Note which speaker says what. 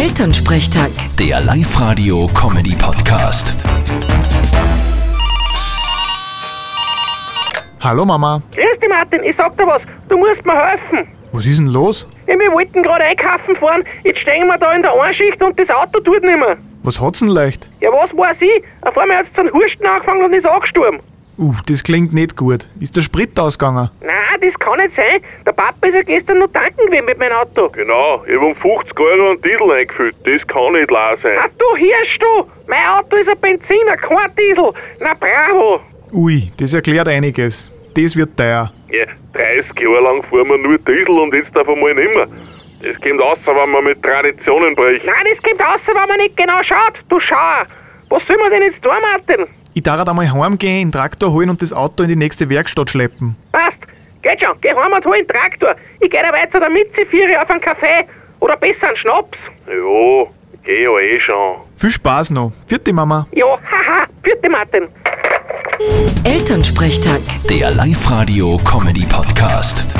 Speaker 1: Elternsprechtag.
Speaker 2: Der Live-Radio-Comedy-Podcast.
Speaker 3: Hallo Mama,
Speaker 4: Grüß dich, Martin, ich sag dir was, du musst mir helfen.
Speaker 3: was ist denn los?
Speaker 4: Ja, wir wollten gerade einkaufen fahren, jetzt stehen wir da in der Einschicht und das Auto tut nicht mehr.
Speaker 3: Was hat's denn leicht?
Speaker 4: Ja, was weiß ich? Auf einmal hat's einen Husten angefangen und ist angestorben.
Speaker 3: Uh, das klingt nicht gut. Ist der Sprit ausgegangen?
Speaker 4: Nein, das kann nicht sein. Der Papa ist ja gestern noch tanken gewesen mit meinem Auto.
Speaker 5: Genau, ich hab um 50 Euro einen Diesel eingefüllt. Das kann nicht leer
Speaker 4: Ah,
Speaker 5: sein.
Speaker 4: du Hirsch, du! Mein Auto ist ein Benziner, kein Diesel. Na, bravo!
Speaker 3: Ui, das erklärt einiges. Das wird teuer.
Speaker 5: Ja, 30 Jahre lang fahren wir nur Diesel und jetzt auf einmal nimmer. Das kommt aus, wenn man mit Traditionen bricht.
Speaker 4: Nein, das kommt raus, wenn man nicht genau schaut. Du schau! Was soll man denn jetzt tun, Martin?
Speaker 3: Ich darf halt einmal heimgehen, den Traktor holen und das Auto in die nächste Werkstatt schleppen.
Speaker 4: Passt, geht schon, geh heim und hol den Traktor. Ich geh da weiter der Mitzifiere auf einen Kaffee oder besser einen Schnaps.
Speaker 5: Ja, geh ja eh schon.
Speaker 3: Viel Spaß noch. Vierte Mama.
Speaker 4: Ja, haha, vierte Martin.
Speaker 1: Elternsprechtag.
Speaker 2: Der Live-Radio-Comedy-Podcast.